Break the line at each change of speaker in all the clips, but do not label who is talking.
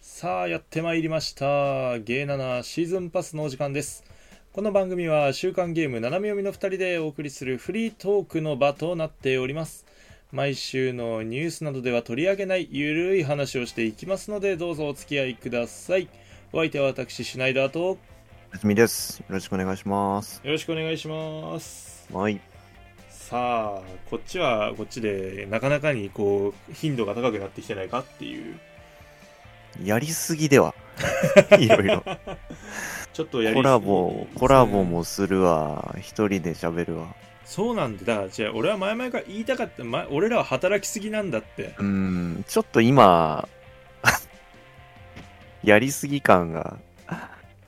さあやってまいりましたゲーナナシーズンパスのお時間ですこの番組は週刊ゲーム斜め読みの2人でお送りするフリートークの場となっております毎週のニュースなどでは取り上げないゆるい話をしていきますのでどうぞお付き合いくださいお相手は私シュナイダーと
夏みです。よろしくお願いします。
よろしくお願いします
はい。
さあこっちはこっちでなかなかにこう頻度が高くなってきてないかっていう
やりすぎ では。いろいろ。
ちょっとやり
コラボ、コラボもするわ。一人で喋るわ。
そうなんだだからじゃあ俺は前々から言いたかった、ま、俺らは働きすぎなんだって
うーん、ちょっと今、 やりすぎ感が、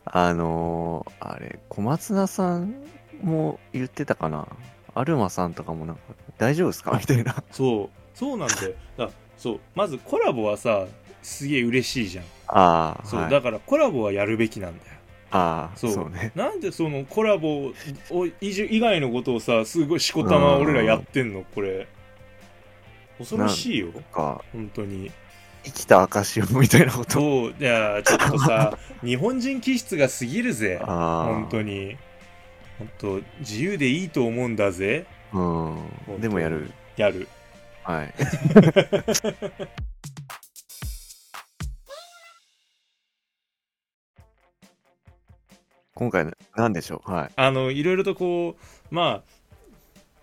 あのー、あれ、小松菜さんも言ってたかな。アルマさんとかもなんか、大丈夫ですかみたいな。
そうそうなんだよだそうまずコラボはさすげえ嬉しいじゃん
ああ、
そう、
はい、
だからコラボはやるべきなんだよ
ああ、
そう
そうね。
なんでそのコラボを以上以外のことをさすごいしこたま俺らやってんのこれ恐ろしいよ
か、
本当に
生きた証をみたいなこと。
そういやちょっとさ 日本人気質が過ぎるぜ
ああ、
本当に本当自由でいいと思うんだぜ
うん。でもやる。
やる
はい。 今回の何でしょうはい。
あのいろいろとこうま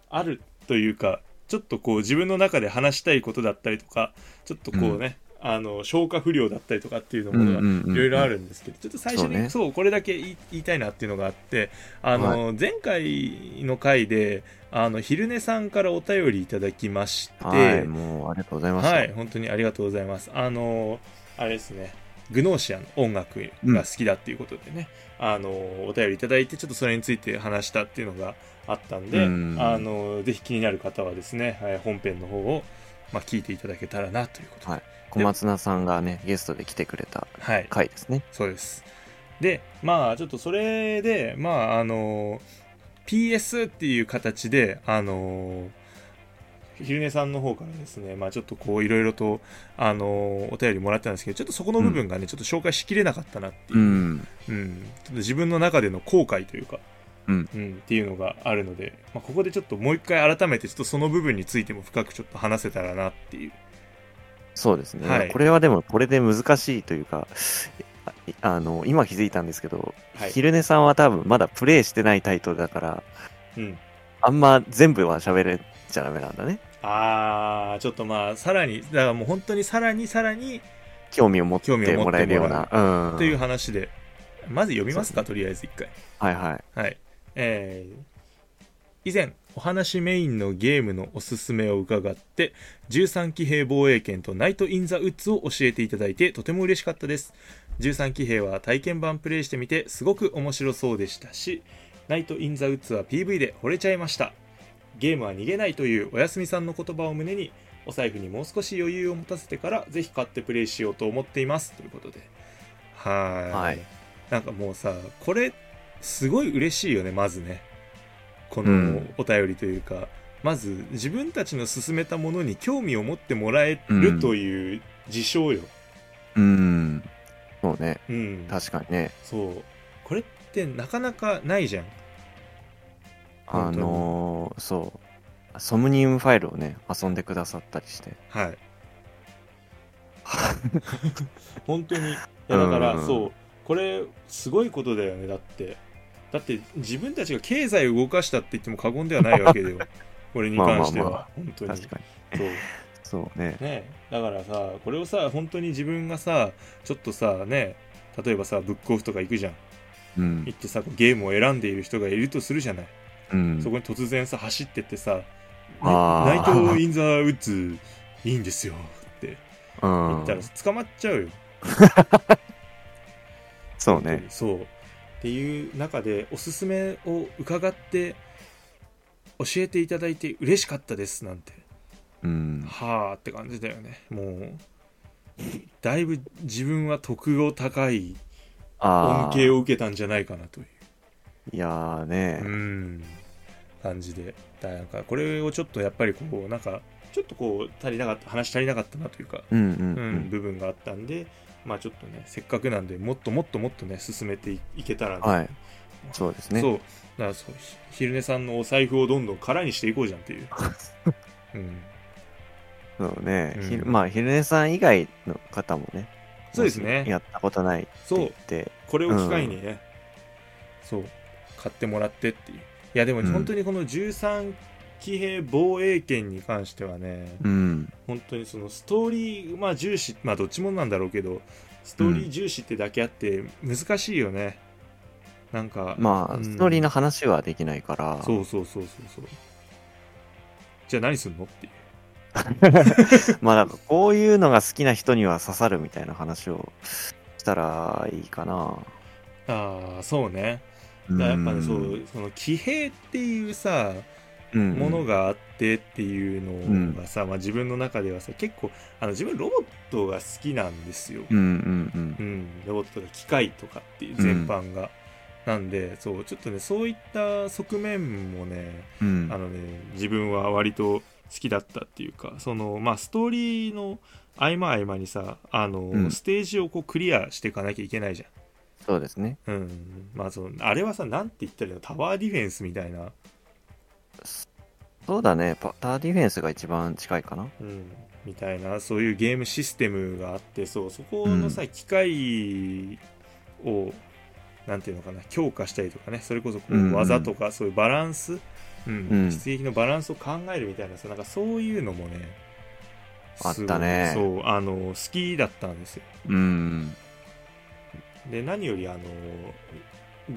ああるというかちょっとこう自分の中で話したいことだったりとかちょっとこうね、あの消化不良だったりとかっていうのものがい
い
ろいろあ
る。
るんですけど、ちょっと最初に
そ
そうう,、
ね
これだけ言い言いたいなっていうのがあってあの、前回の回であの昼寝さんからお便りいただきまして、
はい、もうありがとうございました。
はい、本当にありがとうございます。あの、あれですね、グノーシアの音楽が好きだっていうことでね、あの、お便りいただいて、ちょっとそれについて話したっていうのがあったんで、
うん
あの、ぜひ気になる方はですね、はい本編の方を、まあ、聞いていただけたらなということで。
はい小松菜さんがね、ゲストで来てくれた
はい
回ですね。
そうです。で、まあ、ちょっとそれで、まあ、あの、PS っていう形で、あの、昼寝さんの方からですね、まあ、ちょっとこう、いろいろと、あの、お便りもらったんですけど、ちょっとそこの部分がね、ちょっと紹介しきれなかったなっていうう、
ん。
うんちょっと自分の中での後悔というか、
うん
っていうのがあるので、まあ、ここでちょっともう一回改めて、ちょっとその部分についても深くちょっと話せたらなっていう。
そうですね。
はい
これはでも、これで難しいというか、ああの、今気づいたんですけど、
はい
昼寝さんは多分まだプレイしてないタイトルだから、
うん。
あんま全部は喋れちゃダメなんだね。
あー、ちょっとまあ、さらに、だからもう本当にさらにさらに、
興味を持っ
興味を持って
て
も
も
ら
ら
え
え
る
るような。うん。
という話で、まず読みますか、とりあえず一回。
はいはい。
はい。えー以前、お話メインのゲームのおすすめを伺って、13騎兵防衛圏とナイト・イン・ザ・ウッズを教えていただいて、とても嬉しかったです。13騎兵は体験版プレイしてみて、すごく面白そうでしたし、ナイト・イン・ザ・ウッズは PV で惚れちゃいました。ゲームは逃げないというおやすみさんの言葉を胸に、お財布にもう少し余裕を持たせてから、ぜひ買ってプレイしようと思っています。ということで。はー
はい
なんかもうさ、これ、すごい嬉しいよね、まずね。こ
う
の
ん
お便りというか、まず自分たちの進めたものに興味を持ってもらえるという事象よ。
うん。そうね。
うん。
確かにね。
そう。これってなかなかないじゃん。
あ
本当に
のーそう。ソムニウムファイルをね、遊んでくださったりして。
はい。 本当に。いやだから、
うん
そう。これ、すごいことだよね、だって。だって、自分たちが経済を動かしたって言っても過言ではないわけだよ。 これに関しては。
まあま
本当に。
確かに。
そう。
そうね。
ねだからさこれをさ本当に自分がさちょっとさね例えばさブックオフとか行くじゃん
うん。
行ってさこうゲームを選んでいる人がいるとするじゃない、
うん
そ。こに突然さ走ってってさ「
あ
ナイ
ー
ト・イン・ザ・ウッズいいんですよ」って言った ら
うん。
捕まっちゃうよ、
そうね。
そうっていう中でおすすめを伺って教えていただいて嬉しかったですなんて
うん。
はあって感じだよねもうだいぶ自分は得を高い
あ
恩恵
あ。
を受けたんじゃないかなという
いやー
う
ね。
ん感じでだなんかこれをちょっとやっぱりこうなんかちょっとこう足りなかった話足りなかったなというか、
うんうんう
うん
ん。
部分があったんでまあちょっとねせっかくなんでもっともっともっとね進めていいけたら、
はい。そうですね。
そうだからそうひ昼寝さんのお財布をどんどん空にしていこうじゃんっていう、 うん、
そうね。
うん
ひるまあ、昼寝さん以外の方もね。
そうですね
もしやったことないって
そ
言っ
う
て。
これを機会にね、そう買ってもらってっていういやでも
うん
本当にこの13騎兵防衛権に関してはね、
うん。
本当にそのストーリー、まあ、重視まあどっちもなんだろうけどストーリー重視ってだけあって難しいよね、なんか
ま
う
あ、
ん
ストーリーの話はできないから。
そうそうそうそうそうじゃあ何すんのっていう
まあ、なんかこういうのが好きな人には刺さるみたいな話をしたらいいかな。
ああそうねだからやっぱね
ん
そう、その騎兵っていうさ
うん
ものがあってっていうのがさ、まあ、自分の中ではさ結構あの自分ロボットが好きなんですよ、
うんうんうん
う。ん、ロボットとか機械とかっていう全般が、なんでそうちょっとねそういった側面もね
うん
あのね自分は割と好きだったっていうかそのまあストーリーの合間合間にさあの、
ん
ステージをこうクリアしていかなきゃいけないじ
そうですね。
ゃん、うん、まあそのあれはさなんて言ったらいいのタワーディフェンスみたいな、
そうだね。パターディフェンスが一番近いかな。
うん、みたいなそういうゲームシステムがあってそうそこのさ、
う
機械をなんていうのかな強化したりとかねそれこそこ
うんう
うん技とかそういうバランス、うん
うん
出撃のバランスを考えるみたいなさなんかそういうのもね
あったね
すごいそうあの好きだったんですよ
うん。
で何よりあの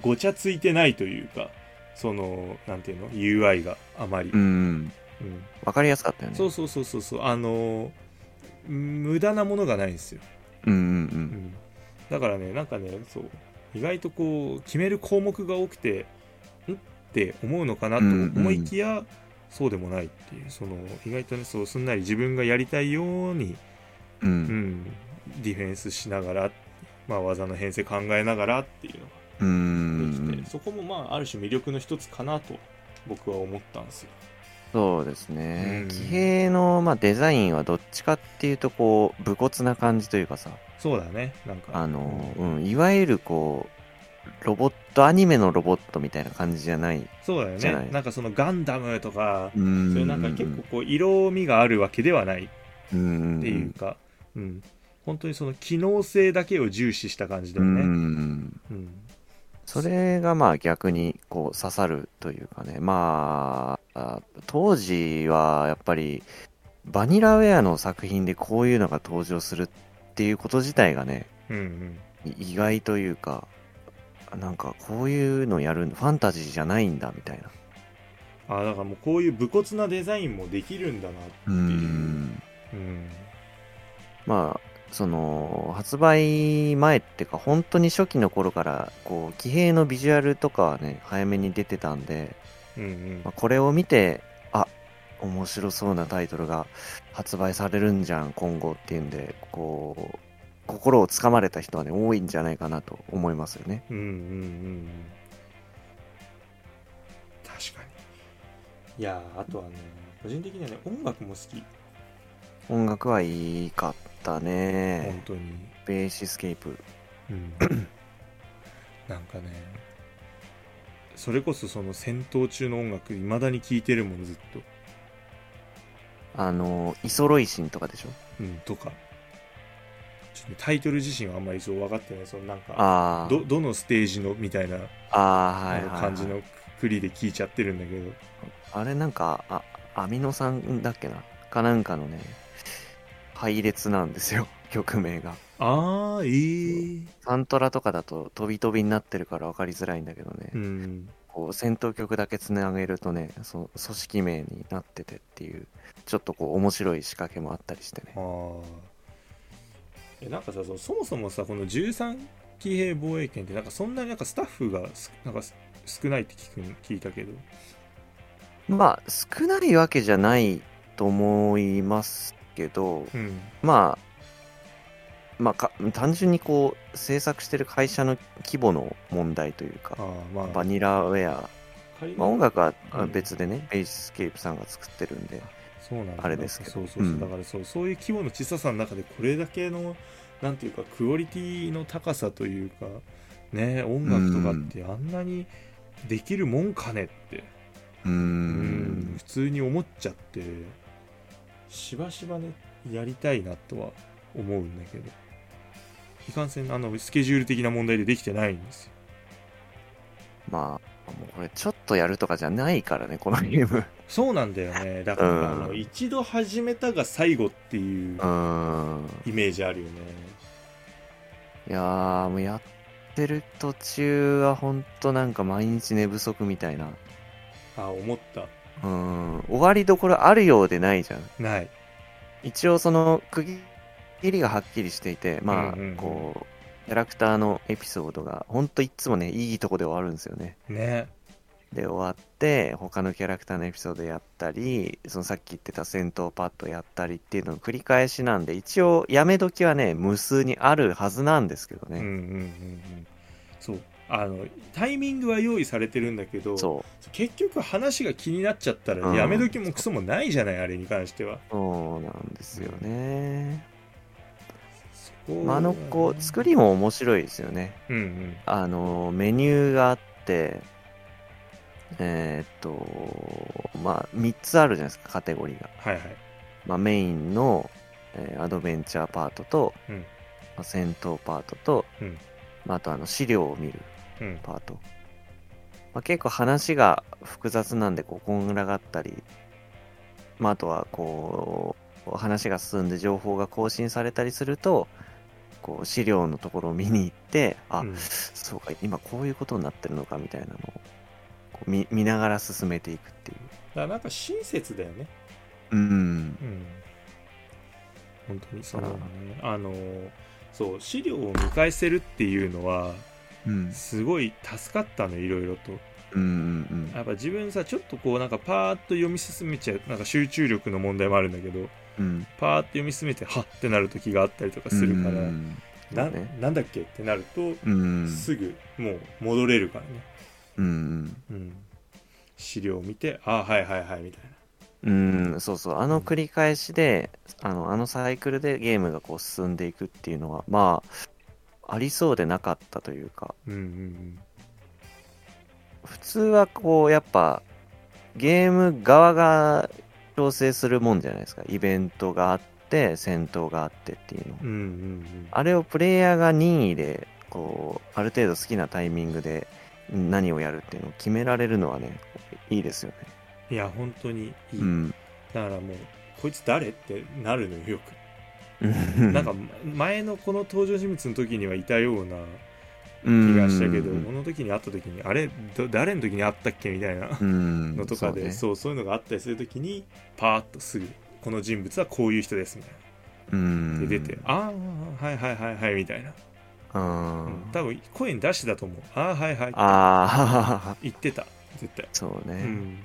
ごちゃついてないというかそのなんていうの UI があまり、
うん。
うん
わかりやすかったよね。
そうそうそうそうそうあの無駄なものがないんですよ
うん
う
うん
ん、だからねなんかねそう意外とこう決める項目が多くてんって思うのかなと思いきや、そうでもないっていうその意外とねそうすんなり自分がやりたいように、う
うん。う。
んん、ディフェンスしながら、まあ、技の編成考えながらっていう
う
のができて、
ん。
そこもまあある種魅力の一つかなと僕は思ったんですよ。
そうですね
う。ん
騎兵の、まあ、デザインはどっちかっていうと、こう、武骨な感じというかさ、
そうだねなんか
あの、うん、いわゆるこう、ロボット、アニメのロボットみたいな感じじゃない。
そうだよ
じゃ
ね
ない
なんかそのガンダムとか、
う
そ
ん
ういうなんか結構こう色味があるわけではない
うん。
っていうか、うん本当にその機能性だけを重視した感じだ
う
よ
ん。う
ね。
ん。
うん
それがまあ逆にこう刺さるというかね、まあ、あ当時はやっぱりバニラウェアの作品でこういうのが登場するっていうこと自体がね、
うんうん
い意外というか、なんかこういうのやるファンタジーじゃないんだみたいな。
あーだからもうこういう武骨なデザインもできるんだなっていう。うん
まあ、その発売前っていうか本当に初期の頃からこう騎兵のビジュアルとかはね早めに出てたんで、
うんうん
まあ、これを見て、あ面白そうなタイトルが発売されるんじゃん、今後っていうんで、こう、心をつかまれた人はね、多いんじゃないかなと思いますよね。
うんうんうん確かにいやーあとはね個人的にはね音楽も好き
音楽はいいかった
本
ね。
当に、
ベーシスケープ。
うん、なんかねそれこそその戦闘中の音楽いまだに聴いてるもんずっと、
あの、イソロイシンとかでしょ
うん、とかちょっとねタイトル自身はあんまりそう分かってないそのなんか
あ
どどのステージのみたいな
あ、ああ、はい、はいはい。
感じのくりで聞いちゃってるんだけど、
あれなんか、あ、アミノ酸だっけなかなんかのね、配列なんですよ、 曲名が。
ああええー、
サントラとかだと飛び飛びになってるから分かりづらいんだけどね。
うん
こう戦闘曲だけつなげるとねそ組織名になっててっていうちょっとこう面白い仕掛けもあったりしてね
あーえなんかさそそもそもさこの13騎兵防衛権ってなんかそんなになんかスタッフがすなんかす少ないって聞くん聞いたけど
まあ少ないわけじゃないと思いますけど
うん
まあまあか単純にこう制作してる会社の規模の問題というか
ああまあ
バニラウェア、
仮に
まあ、音楽はあ
うん
別でね、ベーシスケープさんが作ってるんで
そうなんだ
あれですけど
そうそうそう、
うん
だからそうそういう規模の小ささの中でこれだけのなんていうかクオリティの高さというかね音楽とかってあんなにできるもんかねって、
うー
うん
ん
普通に思っちゃってしばしばねやりたいなとは思うんだけどいかんせんあのスケジュール的な問題でできてないんですよ
まあもうこれちょっとやるとかじゃないからねこのゲーム
そうなんだよねだから、
うん
あの一度始めたが最後っていう
うーん
イメージあるよね
いやーもうやってる途中はほんとなんか毎日寝不足みたいな
あ思った
うーん終わりどころあるようでないじゃん
ない
一応その区切りがはっきりしていてまあ
うんうんうん
こうキャラクターのエピソードがほんといつもねいいとこで終わるんですよね
ね
で終わって他のキャラクターのエピソードやったりそのさっき言ってた戦闘パッドやったりっていうのの繰り返しなんで一応やめ時はね無数にあるはずなんですけど
うんうん
ね、
うんうんそうあのタイミングは用意されてるんだけど
そう
結局話が気になっちゃった
う
ら
ん
やめ時もクソもないじゃない、あれに関しては
そうなんですよね、
そこは
まああのこう作りも面白いですよね
うんうん
あのメニューがあってえーっとまあ3つあるじゃないですかカテゴリーが、
はいはい
まあ、メインの、えーアドベンチャーパートと、
うん
まあ、戦闘パートと、
うん
まあ、あとあの資料を見る
うん
パート、まあ、結構話が複雑なんでこうこんがらがったり、まあ、あとはこう話が進んで情報が更新されたりするとこう資料のところを見に行ってあ、
うん
そうか今こういうことになってるのかみたいなのをこう見見ながら進めていくっていう
だからなんか親切だよね。
うん
うん。本当にそうだね。あの、そう、資料を見返せるっていうのは、
うん
すごい助かったの、いろいろと。
うんうん
やっぱ自分さ、ちょっとこう、なんかパーッと読み進めちゃう、なんか集中力の問題もあるんだけど、
うん
パーッと読み進めて、はっってなる時があったりとかするから、
うん
な
ね
なんだっけってなると、
うん
すぐもう戻れるからね。
うん
うん。資料を見て、ああ、はいはいはい、みたいな。
うんそうそうあの繰り返しであのあのサイクルでゲームがこう進んでいくっていうのはまあありそうでなかったというか
うんうんうん。
普通はこうやっぱゲーム側が調整するもんじゃないですかイベントがあって戦闘があってっていうの
うんうんうん。
あれをプレイヤーが任意で、こう、ある程度好きなタイミングで何をやるっていうのを決められるのはね、いいですよね。
いや、本当にいい。
うん。
だからもう、こいつ誰ってなるのよ、よ
う
く。なんか、、前のこの登場人物の時にはいたような
気
気がしたけど、
うん
この時に会った時に、あれ、ど誰の時に会ったっけみたいな
うん。
のとかで、そ
そう
う、そういうのがあったりする時に、パーッとすぐ、この人物はこういう人です、みたい
ね。う
な。
ん。
で、出て、ああ、はいはいはいはい、みたいな。
うん。
うん多分、声に出してたと思う。ああ、はいはい。
ああ、
言ってた、絶対。
そう
う
ね。
ん。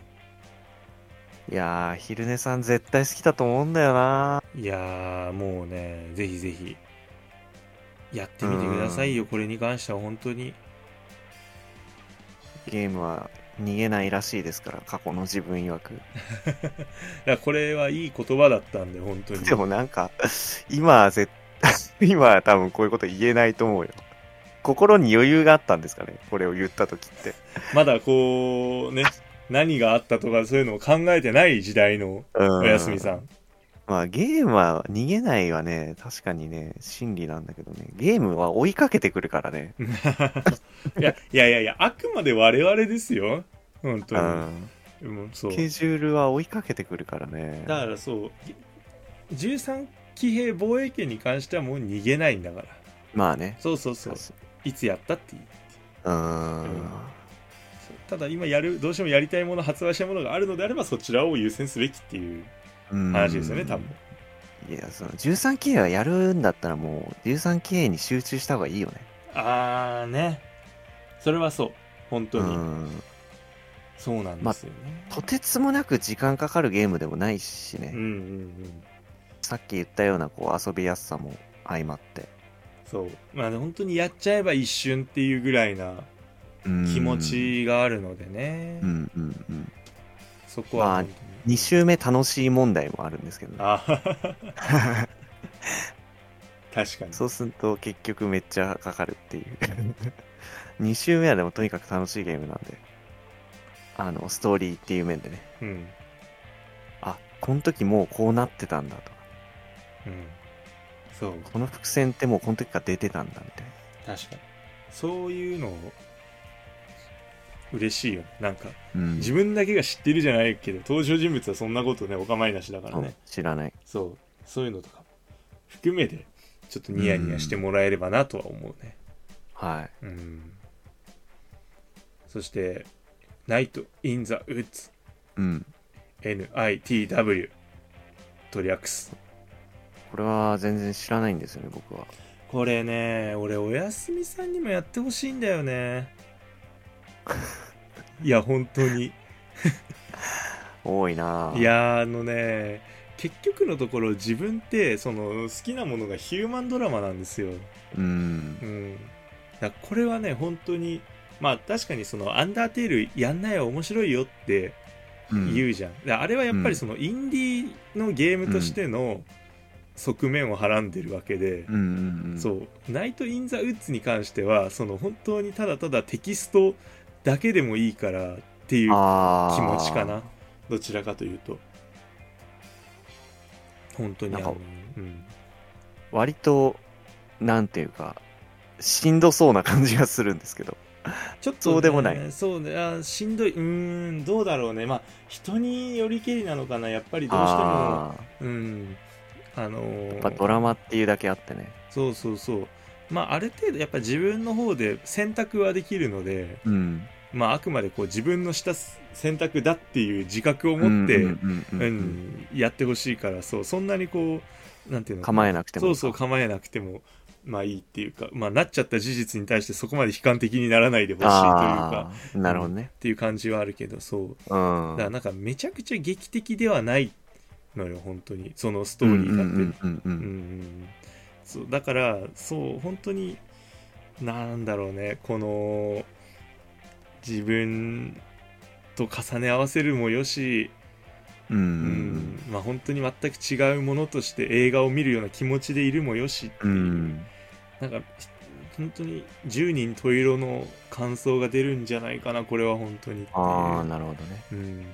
いやー、昼寝さん絶対好きだと思うんだよな。
いやーもうねぜひぜひやってみてくださいよこれに関しては本当に
ゲームは逃げないらしいですから、過去の自分曰く。
だからこれはいい言葉だったんで本当に
でもなんか、今絶、 今は多分こういうこと言えないと思うよ。心に余裕があったんですかね、これを言った時って。
まだこうね何があったとかそういうのを考えてない時代のお
お
やすみさ
ん。
ん
まあゲームは逃げないはね、確かにね、真理なんだけどね、ゲームは追いかけてくるからね。
いやいやいやいやあくまで我々ですよ本
う
当
ん。
にもうそう
スケジュールは追いかけてくるからね。
だからそう13騎兵防衛権に関してはもう逃げないんだから
まあね。
そうそうそういつやったっていい
うん。
うんただ今やるどうしてもやりたいもの発売したいものがあるのであればそちらを優先すべきっていう
うん
話ですよね、多分。
いや、その 13K はやるんだったらもう 13K に集中した方がいいよね。
ああねそれはそう本当に、
うん。
そうなんですよね、
とてつもなく時間かかるゲームでもないしね、
うんうんうん
さっき言ったようなこう遊びやすさも相まって
そうまあ本当にやっちゃえば一瞬っていうぐらいな気持ちがあるのでね、
うんうんうん
そこは本当に、
2周目楽しい問題もあるんですけどね
あー確かに。
そうすると結局めっちゃかかるっていう。2周目はでもとにかく楽しいゲームなんで。あの、ストーリーっていう面でね。
うん。
あ、この時もうこうなってたんだとか。
うん。そう、
この伏線ってもうこの時から出てたんだみたいな。
確かに。そういうの、嬉しいよね。なんか、
うん。
自分だけが知ってるじゃないけど、登場人物はそんなことね、お構いなしだから
そう
ね。
知らない。
そう、そういうのとかも含めて、ちょっとニヤニヤしてもらえればなとは思うね。
はい。
うん。そして、ナイト・イン・ザ・ウッズ、
うん。
NITW、と略す。
これは全然知らないんですよね、僕は。
これね、俺、おやすみさんにもやってほしいんだよ ね。いや、本当に。
多いなぁ
い。やーあのね結局のところ自分ってその好きなものがヒューマンドラマなんですよ、
うん
う。ん、だからこれはね本当にまあ確かにその「アンダーテールやんないよ面白いよ」って
うん
言うじゃん、だからあれはやっぱりそのインディーのゲームとしての側面をはらんでるわけで、
うんうんうん。。
そうう「ナイト・イン・ザ・ウッズ」に関してはその本当にただただテキストだけでもいいからっていう
ああ。
気持ちかな。どちらかというと本当にあ
なんか
の、うん、
割と、なんていうか、しんどそうな感じがするんですけど。
ちょっと、
そうでもない
そうねあしんどいうーんどうだろうねまあ人によりけりなのかなやっぱりどうしても
ああ。
うんあのー
やっぱドラマっていうだけあってね。
そうそうそうまあある程度やっぱ自分の方で選択はできるので
うん。
まああくまでこう自分のした選択だっていう自覚を持って、
うんうんうんうん
うんやってほしいからそうそんなにこうなんていうの
構えなくても。
そうそう構えなくてもまあいいっていうか、まあ、なっちゃった事実に対してそこまで悲観的にならないでほしいというか
ああ、なるほどね
っ。ていう感じはあるけどそう
うん。
だからなんかめちゃくちゃ劇的ではないのよ本当にそのストーリーだって、
うんうんうんう
うん
ん
そうだからそう本当になんだろうねこの自分と重ね合わせるもよし
うんう
うんんまあ本当に全く違うものとして映画を見るような気持ちでいるもよしって
う
い
ん
う、
うん
なんかひ本当に10人十色の感想が出るんじゃないかなこれは本当にっていう
ああ、なるほどね。
うん、だか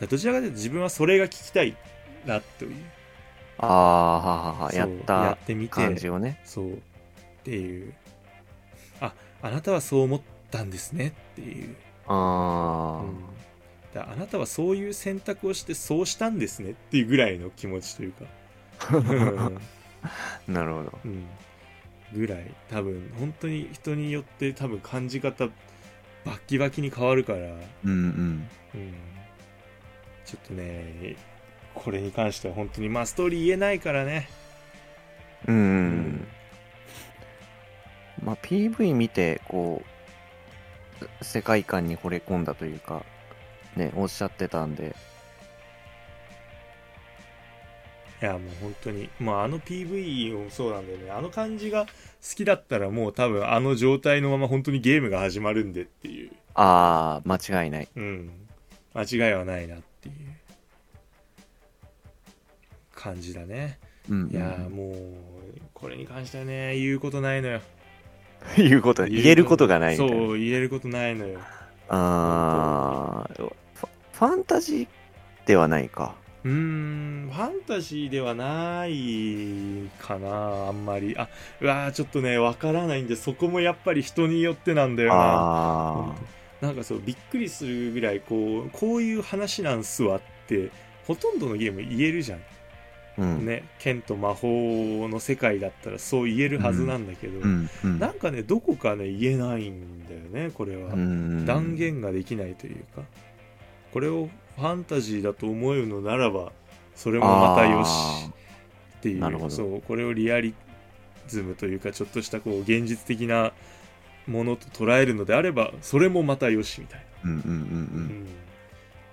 らどちらかというと自分はそれが聞きたいなという
ああ、ははは
そう
やっ
や
た
ってみ
感
て
じをね。
そうっていうああなたはそう思ったんですねっていう、う
ああ、
ん、だからあなたはそういう選択をしてそうしたんですねっていうぐらいの気持ちという か、うん
なるほど。
うん、ぐらい多分本当に人によって多分感じ方バッキバキに変わるから、うん、
うん
ちょっとねこれに関しては本当にまあストーリー言えないからね
うん。うんうん。まあ、PV 見て、こう、世界観に惚れ込んだというか、ね、おっしゃってたんで、
いやもう本当にまああの PV をそうなんだよねあの感じが好きだったらもう多分あの状態のまま本当にゲームが始まるんでっていう
ああ、間違いない。
うん間違いはないなっていう感じだね
うん、うん。
いやーもうこれに関してはね言うことないのよ
いうこと、言えることがないみたいな。
そう言えることないのよ
あーファファンタジーではないか。
うーんファンタジーではないかなあんまりあうわーちょっとねわからないんでそこもやっぱり人によってなんだよな
あ
なんかそうびっくりするぐらいこうこういう話なんすわってほとんどのゲーム言えるじゃん、
あ、うん、
ね剣と魔法の世界だったらそう言えるはずなんだけど、
うん、うん
なんかねどこかね言えないんだよねこれは、
うん
断言ができないというかこれをファンタジーだと思うのならばそれもまたよしってい
なるほ
う
ど
そうこれをリアリズムというかちょっとしたこう現実的なものと捉えるのであればそれもまたよしみたいな。
うんうんうんうん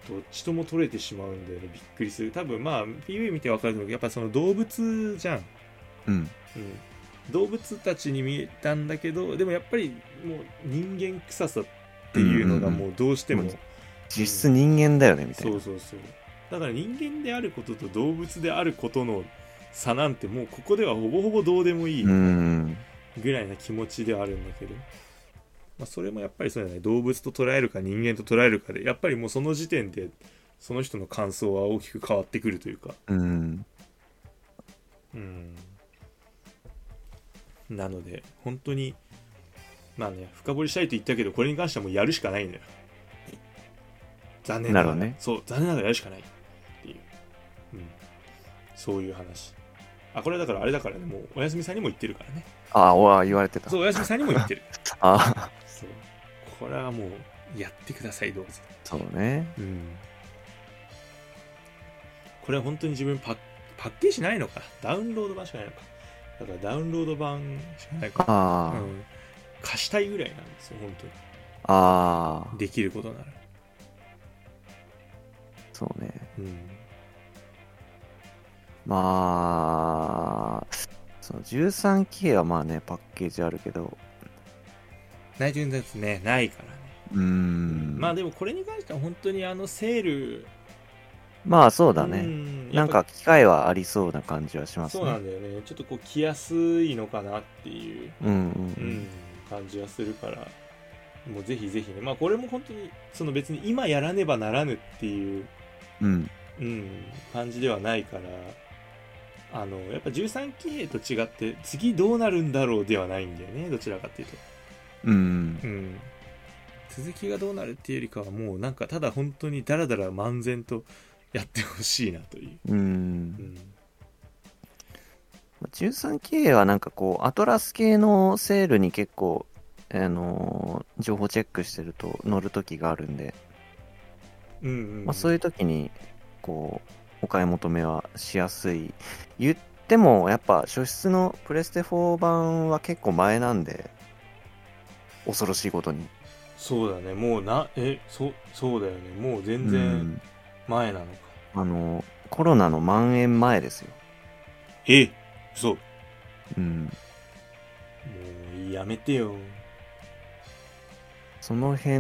どっちとも取れてしまうんだよねびっくりする多分まあ PV 見てわかるのやっぱその動物じゃん
うん
うん、動物たちに見えたんだけどでもやっぱりもう人間臭さっていうのが
うんうんうん
もうどうしても、
もう実質人間だよねみたい
そ
な
うそうそうだから人間であることと動物であることの差なんてもうここではほぼほぼどうでもいい
うん。
ぐらいな気持ちではあるんだけど、まあ、それもやっぱりそうだね動物と捉えるか人間と捉えるかでやっぱりもうその時点でその人の感想は大きく変わってくるというか
うん。
うんなので本当にまあね深掘りしたいと言ったけどこれに関してはもうやるしかないんだよ残念な
なる
が
ほ
ら
どね
そう残念ながらやるしかないっていう、うん、そういう話あこれはだからあれだからねもうおやすみさんにも言ってるからね
ああ、おあ、言われてた。
そうおやすみさんにも言ってる
ああ、
そうこれはもうやってくださいどうぞ
そうね。
うんこれは本当に自分パッパッケージないのかダウンロード版しかないのかだからダウンロード版しかないか
あ
う
あ、
ん、貸したいぐらいなんですよ本当に
ああ、
できることなら
そうね。
うん
まあ、その13期兵はまあね、パッケージあるけど、
内藤ですねないからね
うーん。
まあでもこれに関しては本当にあのセール
まあそうだ
う
ね。
んや
な
っ
ん
ぱ
か機会はありそうな感じはしますね。
そうなんだよねちょっとこう来やすいのかなっていう
うん
う
う
んん、感じはするから、もうぜひぜひね、まあこれも本当に、その別に今やらねばならぬっていう、
うん。うん。
うん、感じではないから、あの、やっぱ13期と違って、次どうなるんだろうではないんだよね、どちらかっていうと。
う
う
ん。。
ん。続きがどうなるっていうよりかは、もうなんかただ本当にダラダラ漫然とやってほしいなというう。うんん。
13期兵はなんかこう、アトラス系のセールに結構、あのー情報チェックしてると乗る時があるんで、
うん、うん。
まあ、そういう時にこうお買い求めはしやすい言ってもやっぱ初出のプレステ4版は結構前なんで恐ろしいことに
そうだね、もうな、え、そ、そうだよね、もう全
う
然
ん
前なのか。
あのコロナの蔓延前ですよ、
え、そう。
うん、
もうやめてよ。
その辺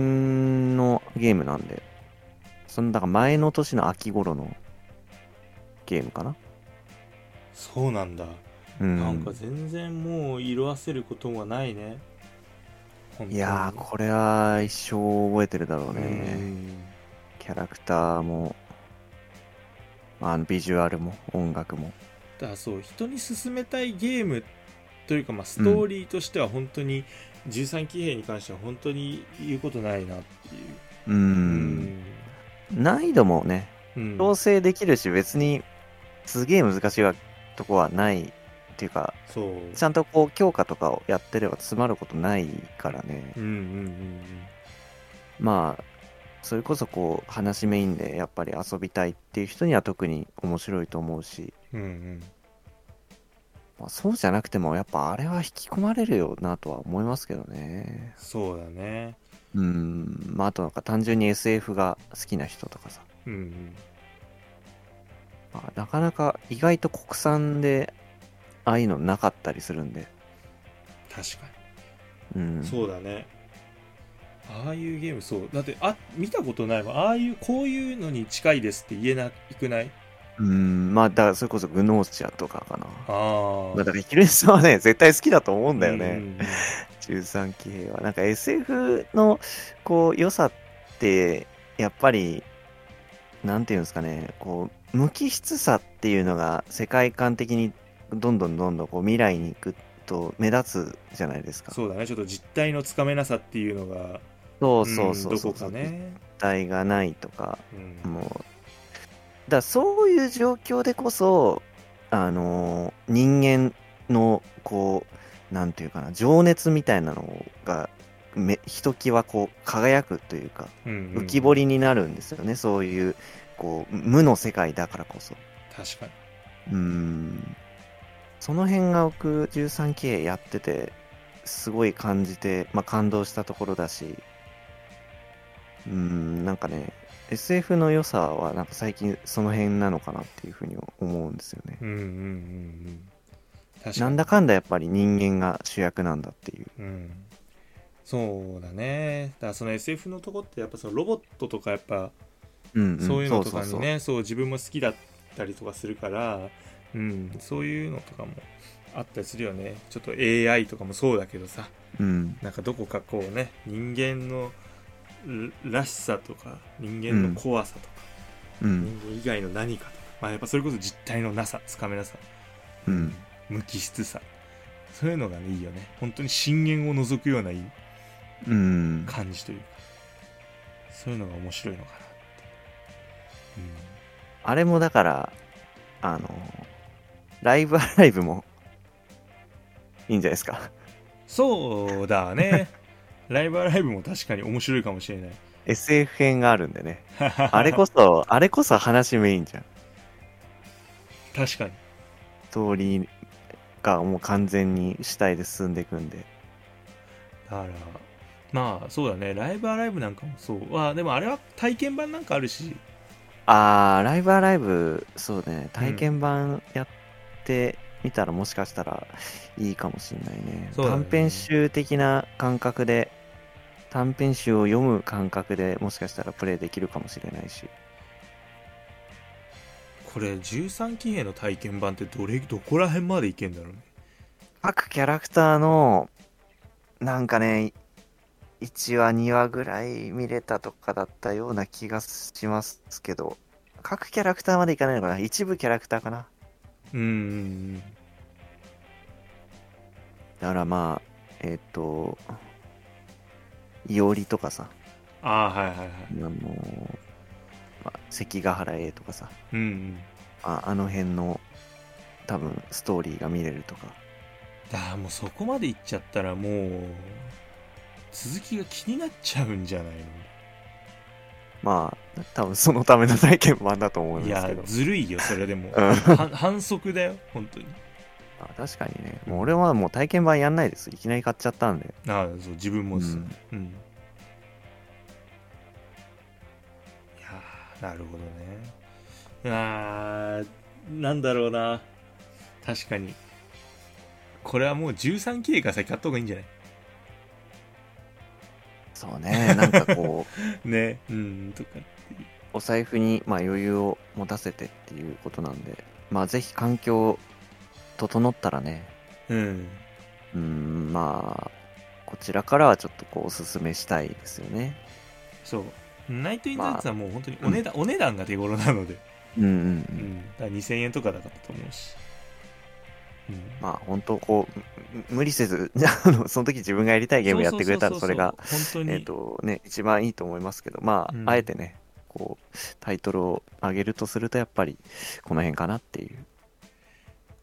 のゲームなんでそのだから前の年の秋頃のゲームかな、
そうなんだ。
うん、
なんか全然もう色あせることはないね。本当に
いやーこれは一生覚えてるだろうね、
うん
キャラクターも、あのビジュアルも、音楽も。
だからそう、人に勧めたいゲームというか、まあ、ストーリーとしては本当に、13騎兵に関しては本当に言うことないなっていう。
う。。
うん
難易度もね、
うん
調整できるし、別にすげえ難しいわとこはないっていうか、
そう。
ちゃんとこう強化とかをやってれば詰まることないからね。
うんうんうん
まあ、それこそこう話メインでやっぱり遊びたいっていう人には特に面白いと思うし、
うん。うんうん。
まあ、そうじゃなくてもやっぱあれは引き込まれるよなとは思いますけどね。
そうだね。
うん、まあ、あとなんか単純に SF が好きな人とかさ、
うんうん。
まあ、なかなか意外と国産でああいうのなかったりするんで、
確かに。
うん、
そうだねああいうゲームそうだってあ見たことないわああいうこういうのに近いですって言えないくない
うん、まあ、だからそれこそグノーチアとかかな。
あ
まあ、だからヒルネスはね、絶対好きだと思うんだよね、
うん
13騎兵は。なんか SF のこう良さって、やっぱり、なんていうんですかね、こう、無機質さっていうのが世界観的にどんどんどんどんこう未来に行くと目立つじゃないですか。
そうだねちょっと実態のつかめなさっていうのが
そうそうそう
うん
そう
どこかね、
実体がないとか、
うん
もう。だからそういう状況でこそ、あのー人間の、こう、なんていうかな、情熱みたいなのが、めひときわこう、輝くというか、
うんうん
浮き彫りになるんですよね、そういう、こう、無の世界だからこそ。
確かに
うーん。その辺が僕、13期やってて、すごい感じて、まあ、感動したところだし、うーん、なんかね、SF の良さは、なんか最近その辺なのかなっていうふうに思うんですよね。
うんうんうんうん確かに
なんだかんだやっぱり人間が主役なんだっていう。
うんそうだねだからその SF のとこってやっぱそのロボットとかやっぱ
うん、ん
そういうのとかにね、そう
そうそう
自分も好きだったりとかするからうん、そういうのとかもあったりするよねちょっと AI とかもそうだけどさ
うん。
なんかどこかこうね人間のららしさとか人間の怖さとか、
うん。
人間以外の何かとか、まあ、やっぱそれこそ実体のなさつかめなさ
うん。
無機質さそういうのがねいいよね本当に震源を除くようないい
うん。
感じというかそういうのが面白いのかなって、
あれもだから、あの、ライブアライブも、いいんじゃないですか。
うん、そうだね ライブアライブも確かに面白いかもしれない
SF 編があるんでね。あれこそ、あれこそ話メインじゃん。
確かに
ストーリーがもう完全に主体で進んでいくんで。
だからまあそうだねライブアライブなんかもそうはでもあれは体験版なんかあるし
あー、ライブアライブ、そうね、体験版やってみたらもしかしたらいいかもしんないね。
そうだね
短編集的な感覚で、短編集を読む感覚でもしかしたらプレイできるかもしれないし。
これ13騎兵の体験版ってどれどこら辺までいけんだろうね
各キャラクターのなんかね1話2話ぐらい見れたとかだったような気がしますけど各キャラクターまでいかないのかな一部キャラクターかな
うーん
だからまあえっ、といおりとかさ
ああはいはいはい
あのーまあ、関ヶ原 A とかさ
うんうん
ああの辺の多分ストーリーが見れるとか
だからもうそこまでいっちゃったらもう続きが気になっちゃうんじゃない
まあ多分そのための体験版だと思
の
い
い
ます
や
けど
ずるいよそれでも
うん
は反 則だよ本当に
あ確かにね。もう俺はもう体験版やんないです。いきなり買っちゃったんで。
ああそう自分もです
うん
うん、いやーなるほどねあーなんだろうな確かにこれはもう13期から先買った方がいいんじゃない
そうね。なんかこう、
ねうんとか
お財布にまあ余裕を持たせてっていうことなんで、まあぜひ環境整ったらね、
うん
うん、まあ、こちらからはちょっとこうおすすめしたいですよね。
そうナイト・イン・ザ・ーツはもう本当にお値段、お値段が手頃なので
うんうん
う
うん。
ん、だから2000円とかだったと思うし、うん
まあ本当こう、む無理せず、 あのその時自分がやりたいゲームやってくれたらそれが
うそうそうそう本当に、
えっ、とね、一番いいと思いますけど、まあ、
うん
あえてね、こう、タイトルを上げるとすると、やっぱり、この辺かなっていう。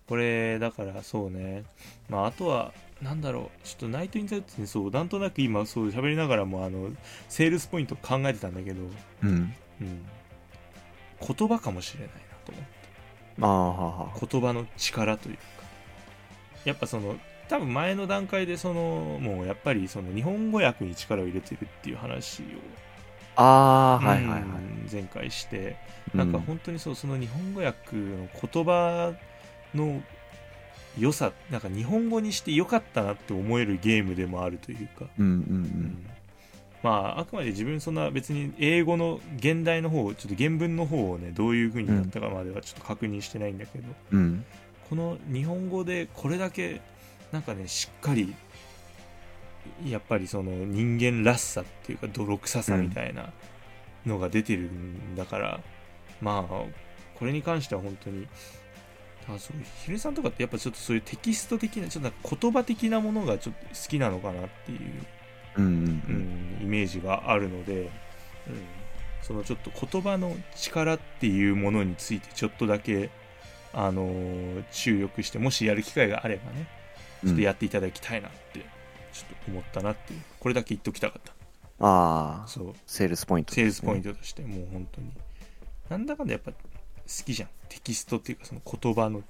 これだからそうねまああとはなんだろうちょっとナイト・イン・ザ・ウッズにそうなんとなく今そう喋りながらもあのセールスポイント考えてたんだけど、
うん。
うん、言葉かもしれないなと思って
ああ、はあはあ。
言葉の力というかやっぱその多分前の段階でそのもうやっぱりその日本語訳に力を入れてるっていう話を、
ああー、はいはいはい。
うん前回して
う
なんか本当にそうその日本語訳の言葉の良さなんか日本語にして良かったなって思えるゲームでもあるというか、
うんう
うんまああくまで自分そんな別に英語の現代の方ちょっと原文の方をねどういう風になったかまではちょっと確認してないんだけど、
うん。うん。
この日本語でこれだけなんかねしっかりやっぱりその人間らしさっていうか泥臭さみたいなのが出てるんだから、まあこれに関しては本当にあそうヒルさんとかってやっぱちょっとそういうテキスト的なちょっとなんか言葉的なものがちょっと好きなのかなっていう
うんうんう。
うんん、イメージがあるので、うん、そのちょっと言葉の力っていうものについてちょっとだけ、あのー注力してもしやる機会があればねちょっとやっていただきたいなって、ちょっと思ったなっていうこれだけ言っときたかっ
あ
た
あ、
そう
セールスポイント、
セールスポイン
ト。
トとしてもう本当になんだかんだやっぱ好きじゃんテキストっていうかその言葉の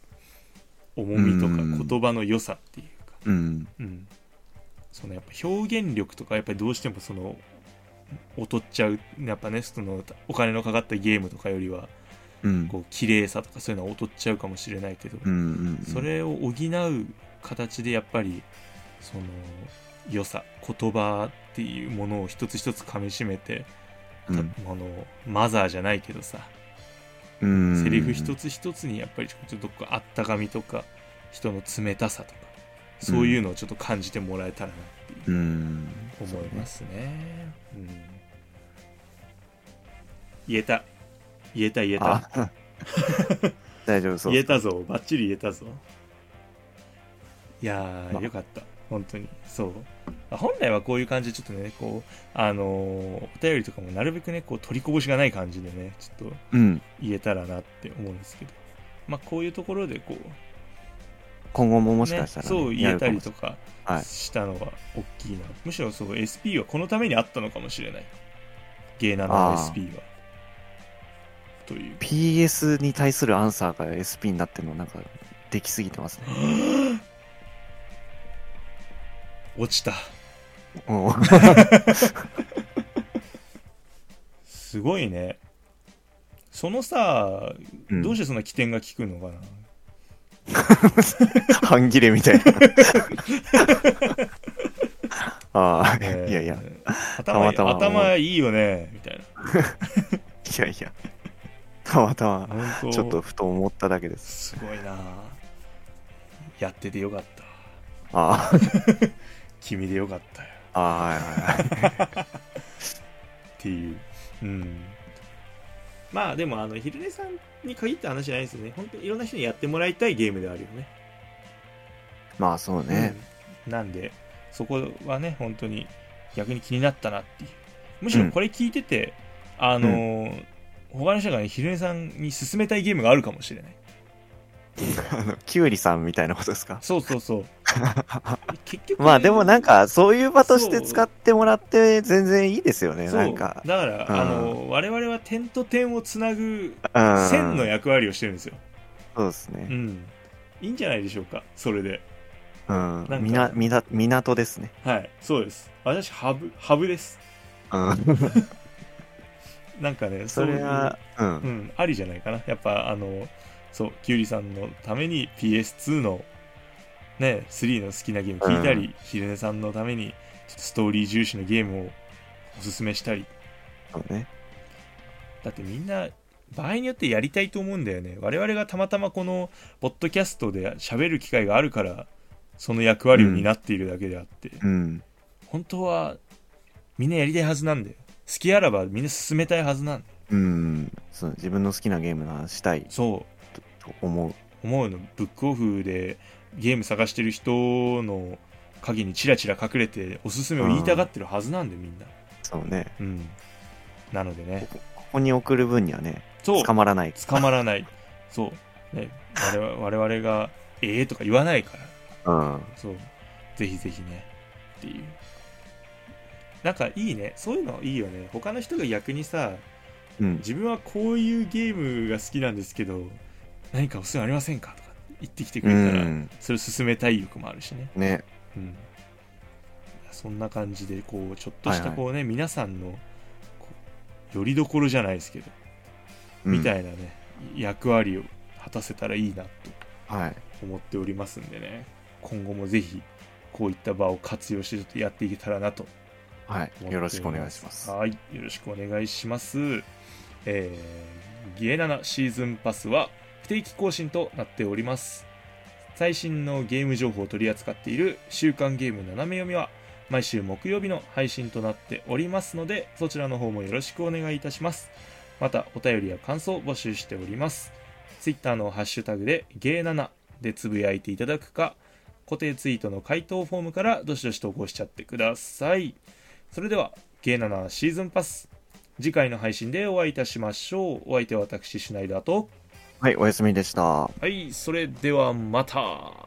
重みとか
うん
言葉の良さっていうか
うん。
うん、そのやっぱ表現力とかやっぱりどうしてもその劣っちゃうやっぱねそのお金のかかったゲームとかよりは
うん。
こう綺麗さとかそういうのは劣っちゃうかもしれないけど、
うんうんうん。
それを補う形でやっぱりその良さ言葉っていうものを一つ一つかみしめて、
うん、
たあのマザーじゃないけどさ
うん
セリフ一つ一つにやっぱりちょっとどっかあったかみとか人の冷たさとかそういうのをちょっと感じてもらえたらなっていう
うん
思いますね、うん、言えた言えた言えた
あ 大丈夫そう
言えたぞバッチリ言えたぞいやー、
まあ
よかった本当にそうまあ本来はこういう感じでちょっとねこうあのーお便りとかもなるべくねこう取りこぼしがない感じでねちょっと
うん
言えたらなって思うんですけどまあこういうところでこう
今後ももしかしたら、
ねそう言えたりと
か
か
はい
したのは大きいな、むしろそう SP はこのためにあったのかもしれないゲイナの
あー
SP はという
PS に対するアンサーが SP になってるのなんかできすぎてますね
落ちた
もう
すごいねそのさ
うん
どうしてそんな起点が効くのかな、
半切れみたいなああ、
ねえ
いやいやい
頭
たまたま
頭いいよねみたい
やいやたまたま
な本当
ちょっとふと思っただけです
すごいなやっててよかった
あー
君でよかったよ
あーはいはいはい
っていう、うん、まあでもあの昼寝さんに限った話じゃないですよね本当にいろんな人にやってもらいたいゲームではあるよね
まあそうね、
うんなんでそこはね本当に逆に気になったなっていうむしろこれ聞いてて、あのー他の人がね昼寝さんに勧めたいゲームがあるかもしれない
あのキュウリさんみたいなことですか
そうそうそう結局
まあでもなんかそういう場として
そう
使ってもらって全然いいですよね
そう
なんか
だから、
うん
あの我々は点と点をつなぐ
うん
線の役割をしてるんですよ、
そうです
う
ね
ん、いいんじゃないでしょうかそれで
うん
か
みなみな港ですね
はい、そうです。私、ハブ、ハブです。
うん
なんかね、
それはうん
そういう、うん、ありじゃないかな。やっぱ、あの、そう、キュウリさんのために PS2 の、ね、3の好きなゲーム聞いたり、
う
ヒルネさんのために、ちょっとストーリー重視のゲームをおすすめしたり。
そうね
だってみんな、場合によってやりたいと思うんだよね。我々がたまたまこの、ポッドキャストで喋る機会があるから、その役割を担っているだけであって。
うん
本当はみんなやりたいはずなんだよ好きあらばみんな進めたいはずなんだ
うんそう自分の好きなゲームの話したい
そ
と思う
う思うのブックオフでゲーム探してる人の影にチラチラ隠れておすすめを言いたがってるはずなんだよみんな
そうね
うんなのでね
ここに送る分にはね
そう
捕まらない
捕まらないそう、ね、我々我々が「ええとか言わないから
うん
そうぜひぜひねっていうなんかいいねそういうのいいよね他の人が逆にさ
うん
自分はこういうゲームが好きなんですけど何かおすすめありませんかとか言ってきてく
う
れたら、
ん
それを進めたい欲もあるしね、
ね
うん、そんな感じでこうちょっとしたこうね、皆さんのこうよりどころじゃないですけど、
うん
みたいなね役割を果たせたらいいなと
はい
思っておりますんでね今後もぜひこういった場を活用してちょっとやっていけたらなと
はいよろしくお願いします
はい、よろしくお願いします。えー、ゲエナナシーズンパスは不定期更新となっております。最新のゲーム情報を取り扱っている週刊ゲーム斜め読みは毎週木曜日の配信となっておりますので、そちらの方もよろしくお願いいたします。また、お便りや感想を募集しております。Twitter のハッシュタグでゲーナナでつぶやいていただくか、固定ツイートの回答フォームからどしどし投稿しちゃってください。それでは、ゲイナナシーズンパス。次回の配信でお会いいたしましょう。お相手は私、シュナイダーと。
はいおやすみでした
はい、それではまた。